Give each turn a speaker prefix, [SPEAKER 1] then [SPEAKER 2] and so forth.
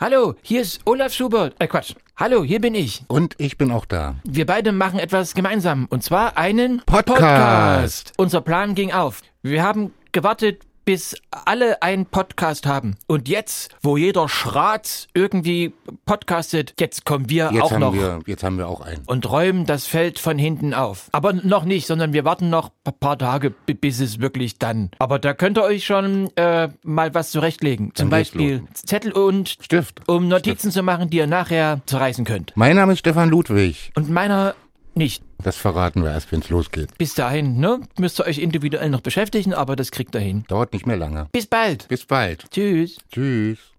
[SPEAKER 1] Hallo, hier ist Olaf Schubert. Äh, Quatsch. Hallo, hier bin ich.
[SPEAKER 2] Und ich bin auch da.
[SPEAKER 1] Wir beide machen etwas gemeinsam. Und zwar einen
[SPEAKER 2] Podcast.
[SPEAKER 1] Unser Plan ging auf. Wir haben gewartet, bis alle einen Podcast haben. Und jetzt, wo jeder Schratz irgendwie podcastet, jetzt kommen wir
[SPEAKER 2] Jetzt
[SPEAKER 1] auch
[SPEAKER 2] haben
[SPEAKER 1] noch.
[SPEAKER 2] wir, jetzt haben wir auch einen.
[SPEAKER 1] Und räumen das Feld von hinten auf. Aber noch nicht, sondern wir warten noch ein paar Tage, b- bis es wirklich dann. Aber da könnt ihr euch schon äh, mal was zurechtlegen. Zum
[SPEAKER 2] Dann geht's
[SPEAKER 1] Beispiel Zettel und
[SPEAKER 2] Stift.
[SPEAKER 1] um Notizen zu machen, die ihr nachher zerreißen könnt.
[SPEAKER 2] Mein Name ist Stefan Ludwig.
[SPEAKER 1] Und meiner nicht.
[SPEAKER 2] Das verraten wir erst, wenn es losgeht.
[SPEAKER 1] Bis dahin, ne? Müsst ihr euch individuell noch beschäftigen, aber das kriegt ihr hin.
[SPEAKER 2] Dauert nicht mehr lange.
[SPEAKER 1] Bis bald.
[SPEAKER 2] Bis bald.
[SPEAKER 1] Tschüss.
[SPEAKER 2] Tschüss.